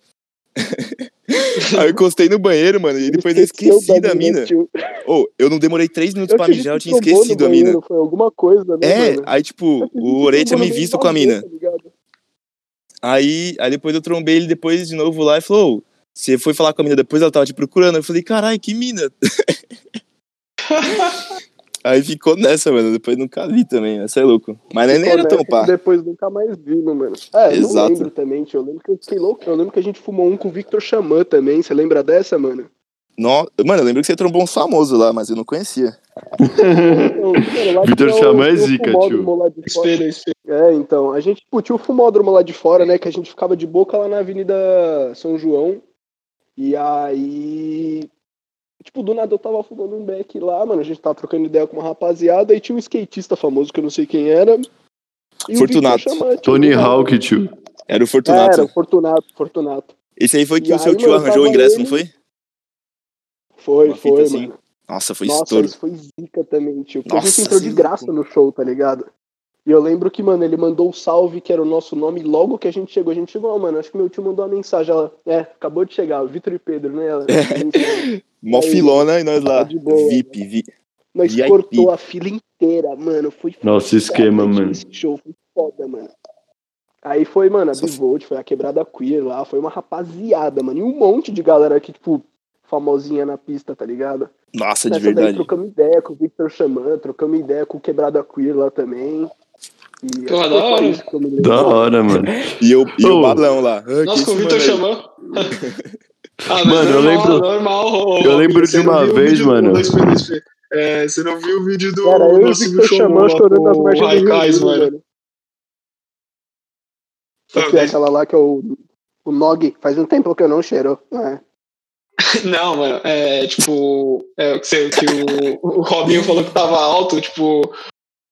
[LAUGHS] aí eu encostei no banheiro, mano, e depois eu
Esqueceu
esqueci da
mina,
mina.
tio.
Ô, eu não demorei 3 minutos
Eu
pra
acho que a
mijar, eu
gente
tinha
trombou no
esquecido a mina.
banheiro, Foi alguma coisa, né,
É,
mano?
aí, tipo,
Acho que a gente
o Orei tinha
trombou
me
no meio
visto
do
com a
vazio,
mina.
tá ligado?
Aí, aí depois eu trombei ele depois de novo lá e falou: "Ô, você foi falar com a mina depois, ela tava te procurando. Eu falei, carai, que
[LAUGHS]
mina. aí ficou nessa, mano. Depois nunca vi também, né? Você é louco. Mas nem, nem era tão
Honesto,
pá.
Depois nunca mais vimos, mano. É, eu não
Exato.
lembro também, tio. Eu lembro que eu fiquei louco. Eu lembro que a gente fumou um com o Victor Xamã também. Você lembra dessa, mano?
No... Mano, eu lembro que você trombou um famoso lá, mas eu não conhecia.
Então, mano, lá
Victor
tinha o-
Xamã é
tinha o
zica,
fumódromo lá de fora.
Espelho, espelho.
É, então, a gente, pô, tinha o fumódromo lá de fora, né, que a gente ficava de boca lá na Avenida São João, e aí, tipo, do nada eu tava fumando um beck lá, mano, a gente tava trocando ideia com uma rapaziada, e tinha um skatista famoso que eu não sei quem era, e
Fortunato.
o Victor Xamã, tipo,
Tony
do nada.
Hawk, tio.
Era o
É,
Fortunato.
Era, o Fortunato, Fortunato.
Esse aí foi que
E
o seu
aí,
tio
mano,
arranjou o
tava
ingresso,
ele-
não foi?
Foi,
Uma fita
foi,
assim.
mano.
Nossa, foi
Nossa,
estouro.
isso foi zica também, tio, porque a
Nossa,
gente entrou
cê
de
é
graça no show, tá ligado? E eu lembro que, mano, ele mandou o salve, que era o nosso nome, logo que a gente chegou. A gente chegou, ó, mano, acho que meu tio mandou uma mensagem. Ela, é, acabou de chegar, o Vitor e Pedro, né? Ela, né,
Mó
Aí,
filona e nós lá.
de boa,
VIP, vi...
Nós
VIP.
cortou a fila inteira, mano. Foi
Nossa, esquema,
É,
foda,
mano.
Esse show foi foda, mano. Aí foi, mano, a
Só-
Bivolt, foi a quebrada queer lá, foi uma rapaziada, mano. E um monte de galera aqui, tipo, famosinha na pista, tá ligado?
Nossa, de
Nessa daí
verdade.
trocamos ideia com o Victor Xamã, trocamos ideia com o Quebrada Queer lá também. E
Pô, da
acho que foi só
hora.
isso que eu me lembro.
Da hora, mano.
Tá
E, eu, e o
Ô.
balão lá. Ah, que
Nossa,
esse
com o Vitor
mano aí?
chamou.
[LAUGHS]
Ah, mas
Mano, eu
normal,
lembro-
normal. ô, ô,
eu
Robinho,
lembro de
você não
uma
viu o
vez,
vídeo do-
mano.
do espelho, do espelho. É, você não viu o vídeo do
Cara, eu e o
nosso
Victor
show
Xamã
lá
chorando nas
com o
margens do Rio
Raikais,
Júlio,
mano. Tá
mano. Porque é aquela lá que é o, o Nog, faz um tempo que eu não cheiro. É.
[LAUGHS] Não, mano, é tipo. É, o que você- que o, o Robinho falou que tava alto, tipo.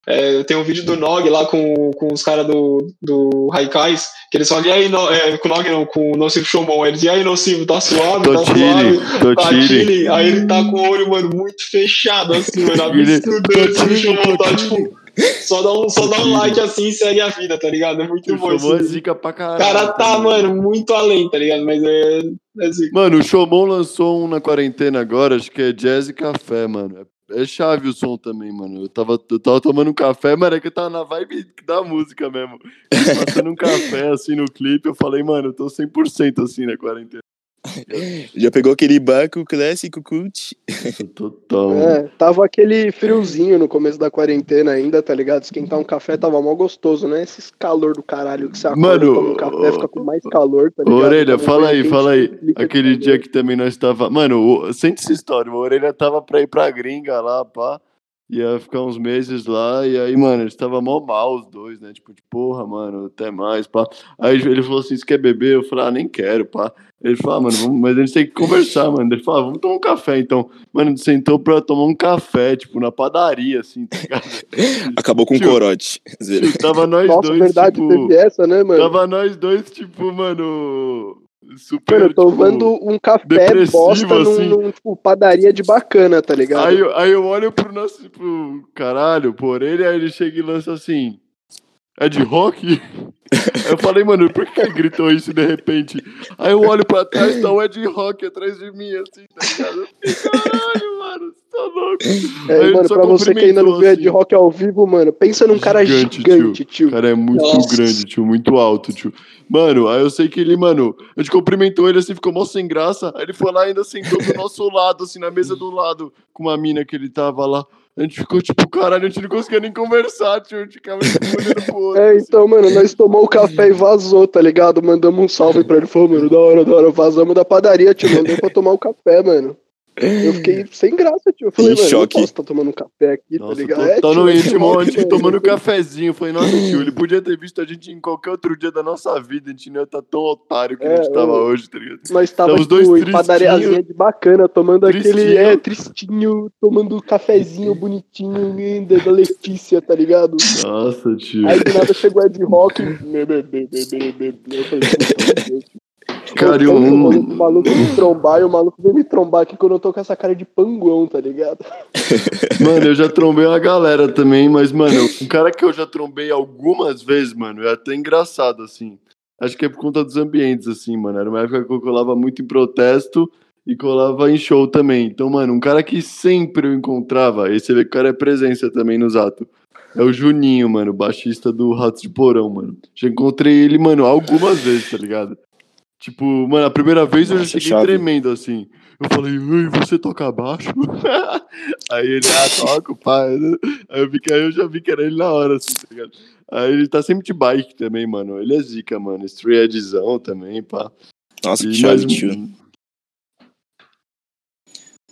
é, tem um vídeo do Nog lá com, com os caras do, do Raikais, que eles falam, e aí, no, é, com o Nog não, com o Nocivo Showmon, eles, e aí, Nocivo, tá suave, tá
Totile,
suave, tá
Totile.
chilling, aí ele tá com o olho, mano, muito fechado, assim, mano,
Ele-
absurdo, assim, o Showmon tá,
Totile.
tipo, só dá um, só dá um
Totile.
like assim e segue a vida, tá ligado? É muito
Tio,
bom esse
Shomon é
vídeo.
zica pra
O
caralho.
cara tá,
também.
mano, muito além, tá ligado? Mas é, é assim.
Mano, o Shomon lançou um na quarentena agora, acho que é Jazz e Café, mano. É chave o som também, mano. Eu tava, eu tava tomando um café, mas é que eu tava na vibe da música mesmo. Eu Passando um café, assim, no clipe, eu falei, mano, eu tô 100% assim na quarentena.
[LAUGHS]
Já pegou aquele banco clássico cult?
Eu tô tão...
É, tava aquele friozinho no começo da quarentena ainda, tá ligado? Esquentar um café tava mó gostoso, né? Esses calor do caralho que você acorda,
Mano,
toma um café, fica com mais calor, tá
Ô,
ligado?
Orelha,
Toma um
fala
banho
aí,
quente,
fala aí.
triplica de
Aquele dia
calor.
que também nós tava. Mano, o- sente essa história. O Orelha tava pra ir pra gringa lá, pá. Ia ficar uns meses lá. E aí, mano, eles tava mó mal os dois, né? Tipo, de porra, mano, até mais, pá. Aí ele falou assim: você quer beber? Eu falei, ah, nem quero, pá. Ele falou, ah, mano, vamos- mas a gente tem que conversar, mano. Ele falou, ah, vamos tomar um café, então. Mano, ele sentou pra tomar um café, tipo, na padaria, assim, tá ligado?
[LAUGHS]
Acabou com o
Tio.
corote. Zero.
Tipo, Tava nós
Nossa,
dois,
verdade,
tipo.
teve essa, né, mano?
Tava nós dois, tipo, mano. Super.
Mano, eu tô
tipo,
tomando um café
depressivo,
bosta num,
assim.
num, tipo, padaria de bacana, tá ligado?
tipo, Aí, eu- aí eu olho pro nosso. Pro caralho, por ele, aí ele chega e lança assim. é de
[LAUGHS]
rock? eu falei, mano, por que ele gritou isso de repente? Aí eu olho pra trás, tá o Ed Rock atrás de mim, assim, tá ligado? Eu fiquei, Caralho, mano, você tá louco.
É,
Aí ele
mano,
só
pra você que ainda não viu é
cumprimentou,
Ed
assim.
Rock ao vivo, mano, pensa num cara
Gigante,
gigante,
O
tio.
cara é muito
Nossa.
grande, tio, muito alto, tio. Mano, aí eu sei que ele, mano, a gente cumprimentou ele assim, ficou mó sem graça. Aí ele foi lá e ainda sentou do nosso [LAUGHS] lado, assim, na mesa do lado, com uma mina que ele tava lá. A gente ficou tipo, caralho, a gente não conseguia nem conversar, tio. A gente ficava tipo, olhando pro outro.
É,
assim.
então, mano, nós tomou o café e vazou, tá ligado? Mandamos um salve pra ele. Falou, mano, da hora, da hora. Vazamos da padaria, tio. Não deu pra tomar o café, mano. Eu fiquei sem graça, tio. Eu falei,
Em
mano, eu não
choque.
posso tá tomando um café aqui, tá
Nossa,
ligado?
tô,
É,
tô
tio,
no
Ed
íntimo,
Rock,
ontem
mano.
tomando um cafezinho. Eu Falei, nossa, tio, ele podia ter visto a gente em qualquer outro dia da nossa vida. A gente não ia tá tão otário que a
É,
gente tava
mano.
hoje, tá ligado?
Nós tava,
Tá os dois
tipo, em
tristinho.
padariazinha de bacana, tomando aquele,
Tristinho.
é, tristinho, tomando um cafezinho bonitinho, linda, da Letícia, tá ligado?
Nossa, tio.
Aí do nada chegou o Ed Rock. né, bê, bê, bê, bê, bê, bê, bê. Eu falei, puta, meu Deus.
Cara,
eu
eu-
tanto rolê pro né, maluco me trombar e o maluco vem me trombar aqui quando eu tô com essa cara de panguão, tá ligado?
Mano, eu já trombei uma galera também, mas, mano, um cara que eu já trombei algumas vezes, mano, é até engraçado, assim. Acho que é por conta dos ambientes, assim, mano. Era uma época que eu colava muito em protesto e colava em show também. Então, mano, um cara que sempre eu encontrava, e você vê que o cara é presença também nos atos, é o Juninho, mano, baixista do Ratos de Porão, mano. Já encontrei ele, mano, algumas vezes, tá ligado? Tipo, mano, a primeira vez eu já
Nossa,
cheguei
chave.
tremendo, assim. Eu falei, ei, você toca baixo? [LAUGHS] Aí ele, ah, toco, pai. Aí eu, vi que, aí eu já vi que era ele na hora, assim, tá ligado? Aí ele tá sempre de bike também, mano. Ele é zica, mano. Street Edzão também, pá.
Nossa, que
E,
chave,
mas,
tio.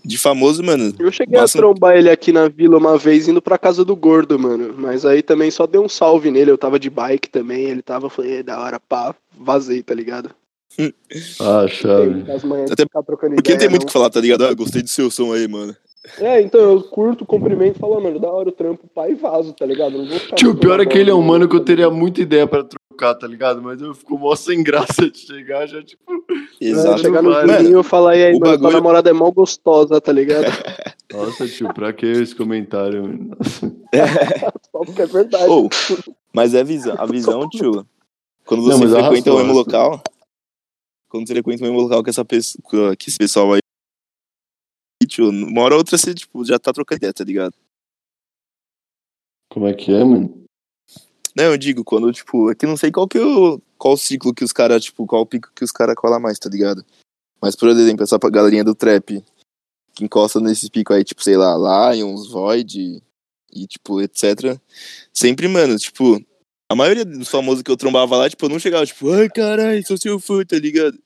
De famoso, mano.
Eu cheguei
Passa-
a trombar ele aqui na vila uma vez indo pra casa do gordo, mano. Mas aí também só dei um salve nele. Eu tava de bike também, ele tava, eu falei, "É, da hora, pá, vazei, tá ligado?
ah,
Tem
chave.
das manhãs
Até
de ficar trocando
Porque
ideia,
não tem muito o
não.
que falar, tá ligado? Ah, gostei do seu som aí, mano.
É, então eu curto, cumprimento e falo, "Ah, mano, da hora o trampo, pá, e vazo, tá ligado? Não vou ficar
Tio, o
muito na
pior é que ele é um
bola,
mano que eu
tá
teria
ligado?
muita ideia pra trocar, tá ligado? Mas eu fico mó sem graça de chegar, já, tipo,
É,
Exato.
chegar no
Mano,
Juninho e falar, e aí,
o
mano,
bagulho-
tua namorada é mó gostosa, tá ligado? [LAUGHS]
nossa, tio, pra que esse comentário, mano? Nossa.
Só porque é verdade.
Ou, mas é a visão, a visão, tio. Quando
Não,
você
mas
frequenta
arrastou,
o mesmo
arrastou.
local, quando você frequenta o mesmo local que essa pessoa, que esse pessoal aí, tio, uma hora ou outra você tipo já tá trocando ideia, tá ligado?
Como é que é, mano?
Não, eu digo, quando tipo, é que não sei qual que o qual o ciclo que os caras, tipo, qual o pico que os caras colam mais, tá ligado? Mas por exemplo, essa galerinha do trap que encosta nesse pico aí, tipo, sei lá, Lions, Void e tipo, etc. Sempre, mano, tipo, a maioria dos famosos que eu trombava lá, tipo, eu não chegava, tipo, ai, caralho, sou seu fã, tá ligado?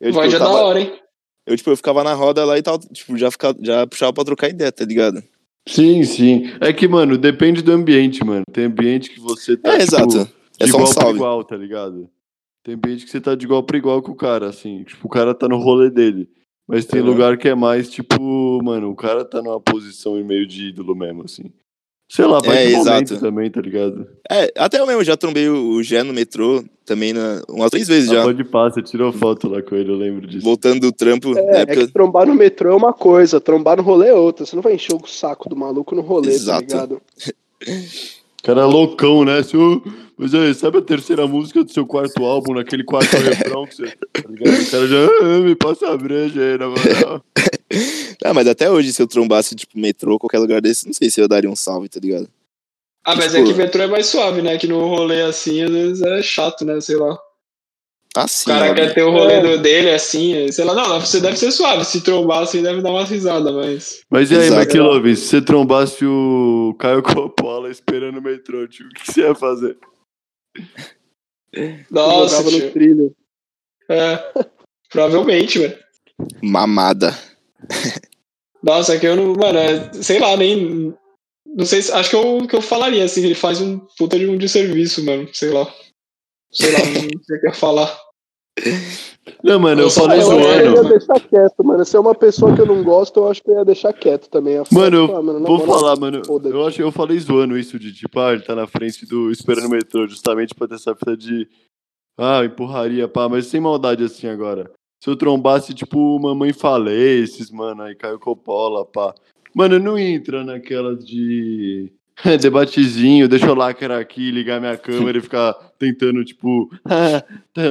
Eu, tipo,
Vai
eu
já é da
tava-
hora, hein?
Eu, tipo, eu ficava na roda lá e tal, tipo, já, ficava, já puxava pra trocar ideia, tá ligado?
Sim, sim. É que, mano, depende do ambiente, mano. Tem ambiente que você tá.
É,
tipo,
exato. É
de
só um
igual pra
salve.
igual, tá ligado? Tem ambiente que você tá de igual pra igual com o cara, assim. Tipo, o cara tá no rolê dele. Mas tem
Uhum.
lugar que é mais, tipo, mano, o cara tá numa posição em meio de ídolo mesmo, assim. Sei lá, vai
É,
de
exato.
momento também, tá ligado?
É, até eu mesmo já trombei o o Gé no metrô, também, na, umas três vezes
Já.
já.
Ah, pode passar, você tirou foto lá com ele, eu lembro disso.
Voltando do trampo, né, na
É, é que
época.
trombar no metrô é uma coisa, trombar no rolê é outra. Você não vai encher o saco do maluco no rolê,
Exato.
tá ligado?
O cara é loucão, né? Seu... Mas aí, sabe a terceira música do seu quarto álbum,
[LAUGHS]
naquele quarto refrão que você. Tá ligado? O cara já. "Ah, me passa a breja aí, na moral.
Ah, mas até hoje, se eu trombasse, tipo, metrô, qualquer lugar desse, não sei se eu daria um salve, tá ligado?
Ah, mas é que metrô é mais suave, né? Que no rolê assim, às vezes é chato, né? Sei lá. O
Assim,
cara
óbvio.
quer ter o rolê
É.
do- dele assim, é- sei lá. Não, você deve ser suave. Se trombar assim, deve dar uma risada, mas.
Mas e aí,
Exato.
McLovin, se você trombasse o Caio Coppola esperando o metrô, tio, o que você ia fazer?
Nossa,
jogava no
tio.
trilho.
É. Provavelmente, velho.
Mamada.
Nossa, é que eu não. Mano, é- sei lá, nem. Não sei se. Acho que eu, que eu falaria assim, que ele faz um puta de um desserviço, mano. Sei lá. Sei lá, não sei o que eu ia falar.
Não, mano, eu
Nossa,
falei
mas
É, eu acho que eu
zoando.
ia
zoando.
deixar quieto, mano. Se é uma pessoa que eu não gosto, eu acho que eu ia deixar quieto também. Eu ia falar,
Mano, eu
"Ah, mano, na
vou
moral,
falar, mano.
foda-se."
Eu acho eu falei zoando isso de tipo, ah, ele tá na frente do esperando o metrô, justamente pra ter essa fita de. Ah, empurraria, pá, mas sem maldade assim agora. Se eu trombasse, tipo, Mamãe Falei, esses, mano, aí Caio Coppola, pá. Mano, não entra naquela de. [LAUGHS] Debatezinho, deixa eu lacrar aqui, ligar minha câmera e ficar tentando, tipo. [LAUGHS] tá,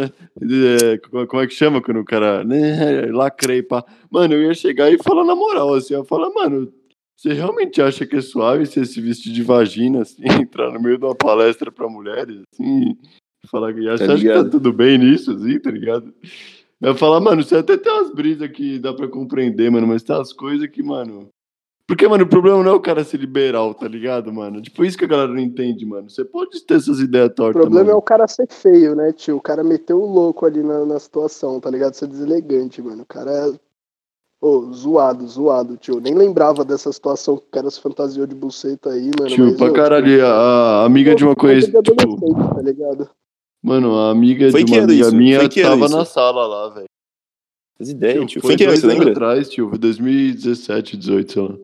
é, co- como é que chama quando o cara. né, [LAUGHS] Lacrei, pá. Mano, eu ia chegar e falar na moral, assim, eu ia falar, mano, você realmente acha que é suave você se vestir de vagina, assim, [LAUGHS] entrar no meio de uma palestra pra mulheres, assim, e falar que você acha que tá
ligado?
tudo bem nisso, assim, tá ligado? Eu ia falar, mano, você até tem umas brisas que dá pra compreender, mano, mas tem umas coisas que, mano. Porque, mano, o problema não é o cara ser liberal, tá ligado, mano? Tipo, isso que a galera não entende, mano. Você pode ter essas ideias
O
tortas,
problema é
mano.
o cara ser feio, né, tio? O cara meteu o louco ali na, na situação, tá ligado? Ser deselegante, mano. O cara é. Ô, zoado, zoado, tio. Nem lembrava dessa situação que o cara se fantasiou de buceta aí, mano.
Tipo,
mas,
pra
ô,
caralho, a a amiga de uma
coisa de
conhecida, tipo,
adolescente, tá ligado?
mano, a amiga
Foi
de
que
uma
ano
amiga
isso?
minha
Foi que ano
tava
isso?
na sala lá, velho.
As ideias, tio. Foi
tipo, Foi
em que ano,
dois
você
anos
lembra?
atrás, tio, foi 2017, 18, sei lá.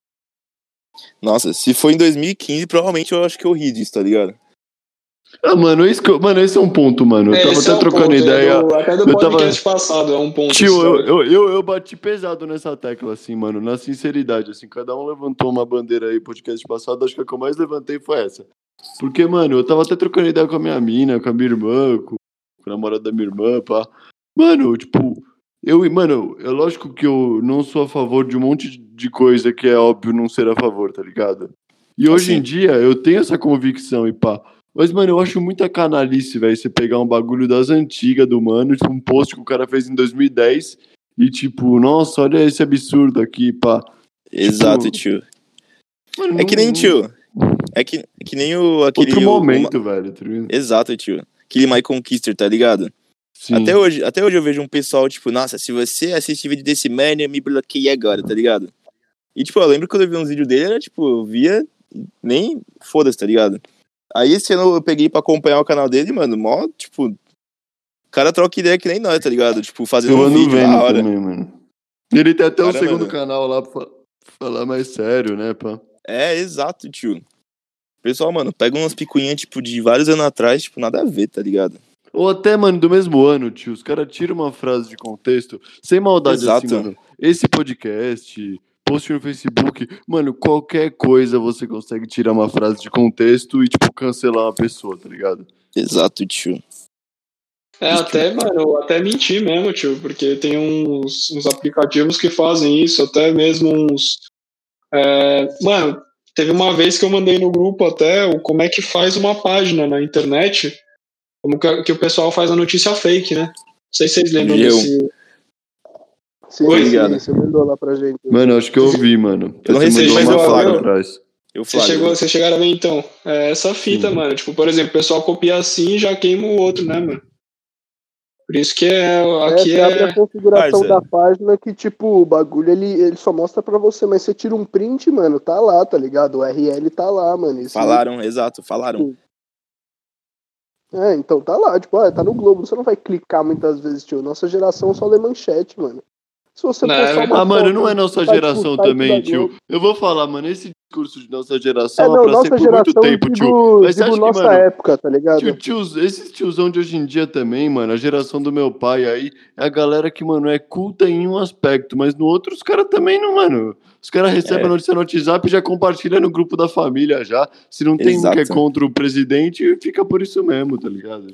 Nossa, se foi em 2015, provavelmente eu acho que eu ri disso, tá ligado?
Ah, mano, isso que eu- mano, esse é um ponto, mano. Eu tava
Esse
até
é um
trocando
ponto, é
ideia.
do- até do
eu tava-
podcast passado, é um ponto.
Tio,
essa
eu,
história.
eu, eu, eu bati pesado nessa tecla, assim, mano, na sinceridade, assim, cada um levantou uma bandeira aí, podcast passado, acho que a que eu mais levantei foi essa. Porque, mano, eu tava até trocando ideia com a minha mina, com a minha irmã, com, com a namorada da minha irmã, pá. Mano, tipo, eu, mano, é lógico que eu não sou a favor de um monte de coisa que é óbvio não ser a favor, tá ligado? E hoje
Assim.
em dia eu tenho essa convicção e pá. Mas, mano, eu acho muita canalice, velho, você pegar um bagulho das antigas do mano, tipo, um post que o cara fez em 2010 e, tipo, nossa, olha esse absurdo aqui, pá.
Exato, tio.
Mano,
É que nem,
não-
tio. É que, é que nem o aquele.
Outro
o- o-
momento, velho. tá ligado?
Exato, tio. Aquele My Conquister, tá ligado?
Sim.
Até hoje, até hoje eu vejo um pessoal, tipo, nossa, se você assiste vídeo desse man, eu me bloqueei agora, tá ligado? E, tipo, eu lembro quando eu vi uns vídeos dele, era, tipo, eu via, nem foda-se, tá ligado? Aí esse ano eu peguei pra acompanhar o canal dele, mano, mó, tipo, o cara troca ideia que nem nós, tá ligado? Tipo, fazendo
Eu
um
ando
vídeo
vendo
da hora. né?
também, mano. Ele tem até um
Cara,
segundo
mano.
canal lá pra fa- falar mais sério, né, pá?
É, exato, tio. Pessoal, mano, pega umas picuinhas, tipo, de vários anos atrás, tipo, nada a ver, tá ligado?
Ou até, mano, do mesmo ano, tio. Os caras tiram uma frase de contexto, sem maldade assim,
Exato.
mano. Esse podcast, post no Facebook, mano, qualquer coisa você consegue tirar uma frase de contexto e, tipo, cancelar uma pessoa, tá ligado?
Exato, tio.
É, até, mano, até mentir mesmo, tio, porque tem uns, uns aplicativos que fazem isso, até mesmo uns. é, mano, teve uma vez que eu mandei no grupo até o como é que faz uma página na internet, como que, que o pessoal faz a notícia fake, né? Não sei se vocês lembram
Eu.
desse.
Sim,
Oi,
sim,
obrigado.
você mandou lá pra gente.
Mano, acho que eu ouvi, mano.
Eu não
Você
recebi,
mandou
mas
uma
eu-
flagra
eu-
atrás.
Eu
Você
flagra.
chegou, vocês chegaram a ver então? É, essa fita,
Sim.
mano. Tipo, por exemplo, o pessoal copia assim e já queima o outro, né, mano? Por isso que é,
É,
aqui
você abre
é.
a configuração
Parça.
da página que, tipo, o bagulho ele, ele só mostra pra você, mas você tira um print, mano, tá lá, tá ligado? O URL tá lá, mano. Isso
Falaram, exato, falaram. [LAUGHS]
É, então tá lá, tipo, ah, tá no Globo, você não vai clicar muitas vezes, tio. Nossa geração só lê manchete, mano. Se você
Não, é
postar
verdade.
uma
Ah, mano, não é
foto-
nossa
site
geração
do site da
também,
Globo.
tio. Eu vou falar, mano, esse discurso de nossa
É,
geração é
não,
pra ser
nossa
por muito
geração,
tempo, tio.
digo,
Mas você
digo
acha que,
nossa
mano,
época, tá ligado?
tio, tios, esses tiozão de hoje em dia também, mano, a geração do meu pai aí, é a galera que, mano, é culta em um aspecto, mas no outro os caras também não, mano. Os caras recebem
É.
a notícia no WhatsApp e já compartilha no grupo da família já. Se não tem um que é
Exato.
contra o presidente, fica por isso mesmo, tá ligado?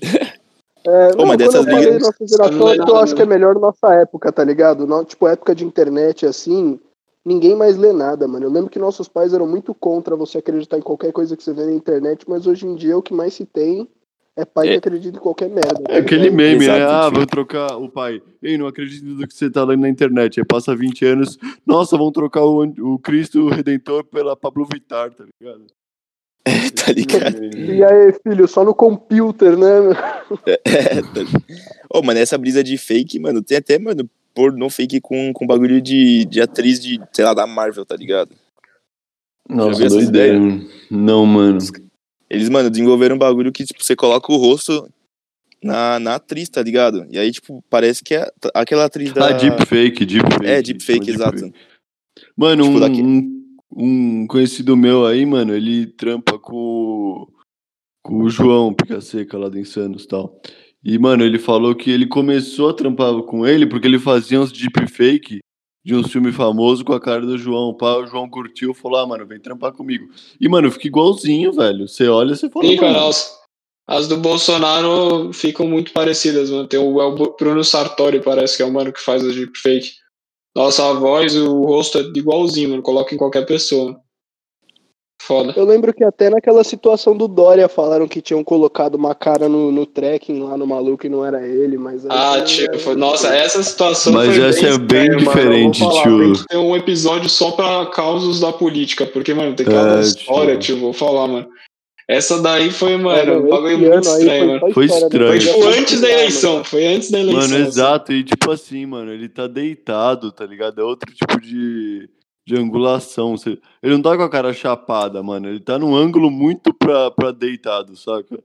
É,
Ô,
não,
mas
quando
dessas
eu falei
ligas-
nossa
Não é
geração, é porque eu
nada,
acho que é melhor nossa época, tá ligado? No- tipo, época de internet, assim, ninguém mais lê nada, mano. Eu lembro que nossos pais eram muito contra você acreditar em qualquer coisa que você vê na internet, mas hoje em dia o que mais se tem é pai que
É.
acredita em qualquer merda. tá
É
[LAUGHS]
aquele
ligado?
meme, né?
Exato,
Ah,
tio.
vou trocar o pai. Ei, não acredito no que você tá lendo na internet. Aí passa 20 anos. Nossa, vão trocar o, o Cristo Redentor pela Pablo Vittar, tá ligado?
tá ligado?
E aí, filho, só no computer, né?
É, [LAUGHS] tá- Ô, mano, essa brisa de fake, mano, tem até, mano, pornô fake com, com bagulho de, de atriz de, sei lá, da Marvel, tá ligado? Já viu
Nossa,
essas
doideira.
ideias?
mano. Não, mano.
Eles, mano, desenvolveram um bagulho que, tipo, você coloca o rosto na, na atriz, tá ligado? E aí, tipo, parece que é a- aquela atriz da.
Ah, deepfake, tipo, deepfake.
É, deepfake,
Chama
exato.
deepfake. Mano,
Tipo,
um,
daqui-
um, um conhecido meu aí, mano, ele trampa com, o- com o João Pica Seca lá do Insanos e tal. E, mano, ele falou que ele começou a trampar com ele porque ele fazia uns deepfake de um filme famoso com a cara do João. Pá, o João curtiu e falou: ah, mano, vem trampar comigo. E, mano, fica igualzinho, velho. Você olha e você fala.
Sim,
mano,
cara, as, as do Bolsonaro ficam muito parecidas, mano. Tem o, é o Bu- Bruno Sartori, parece que é o mano que faz o deepfake. Nossa, a voz, o rosto é igualzinho, mano. Coloca em qualquer pessoa. mano. Foda.
Eu lembro que até naquela situação do Dória falaram que tinham colocado uma cara no, no trekking lá no maluco e não era ele, mas. aí- um
Ah, tio, foi- nossa, essa situação
Mas
foi
essa é bem
estranha, mano. Eu vou
diferente,
falar,
tio.
Tem que ter um episódio só pra causos da política, porque, mano, tem
É,
cada história,
tio.
tio, vou falar, mano. Essa daí foi,
Ah,
mano,
não,
um bagulho
esse
muito
ano aí
estranho, mano.
só
Foi
história da
Foi
estranho.
coisa
tipo
pra
antes da
tirar,
eleição,
mano.
foi antes da eleição.
Mano,
assim.
exato. E tipo assim, mano, ele tá deitado, tá ligado? É outro tipo de, de angulação. Você- Ele não tá com a cara chapada, mano. Ele tá num ângulo muito pra, pra deitado, saca?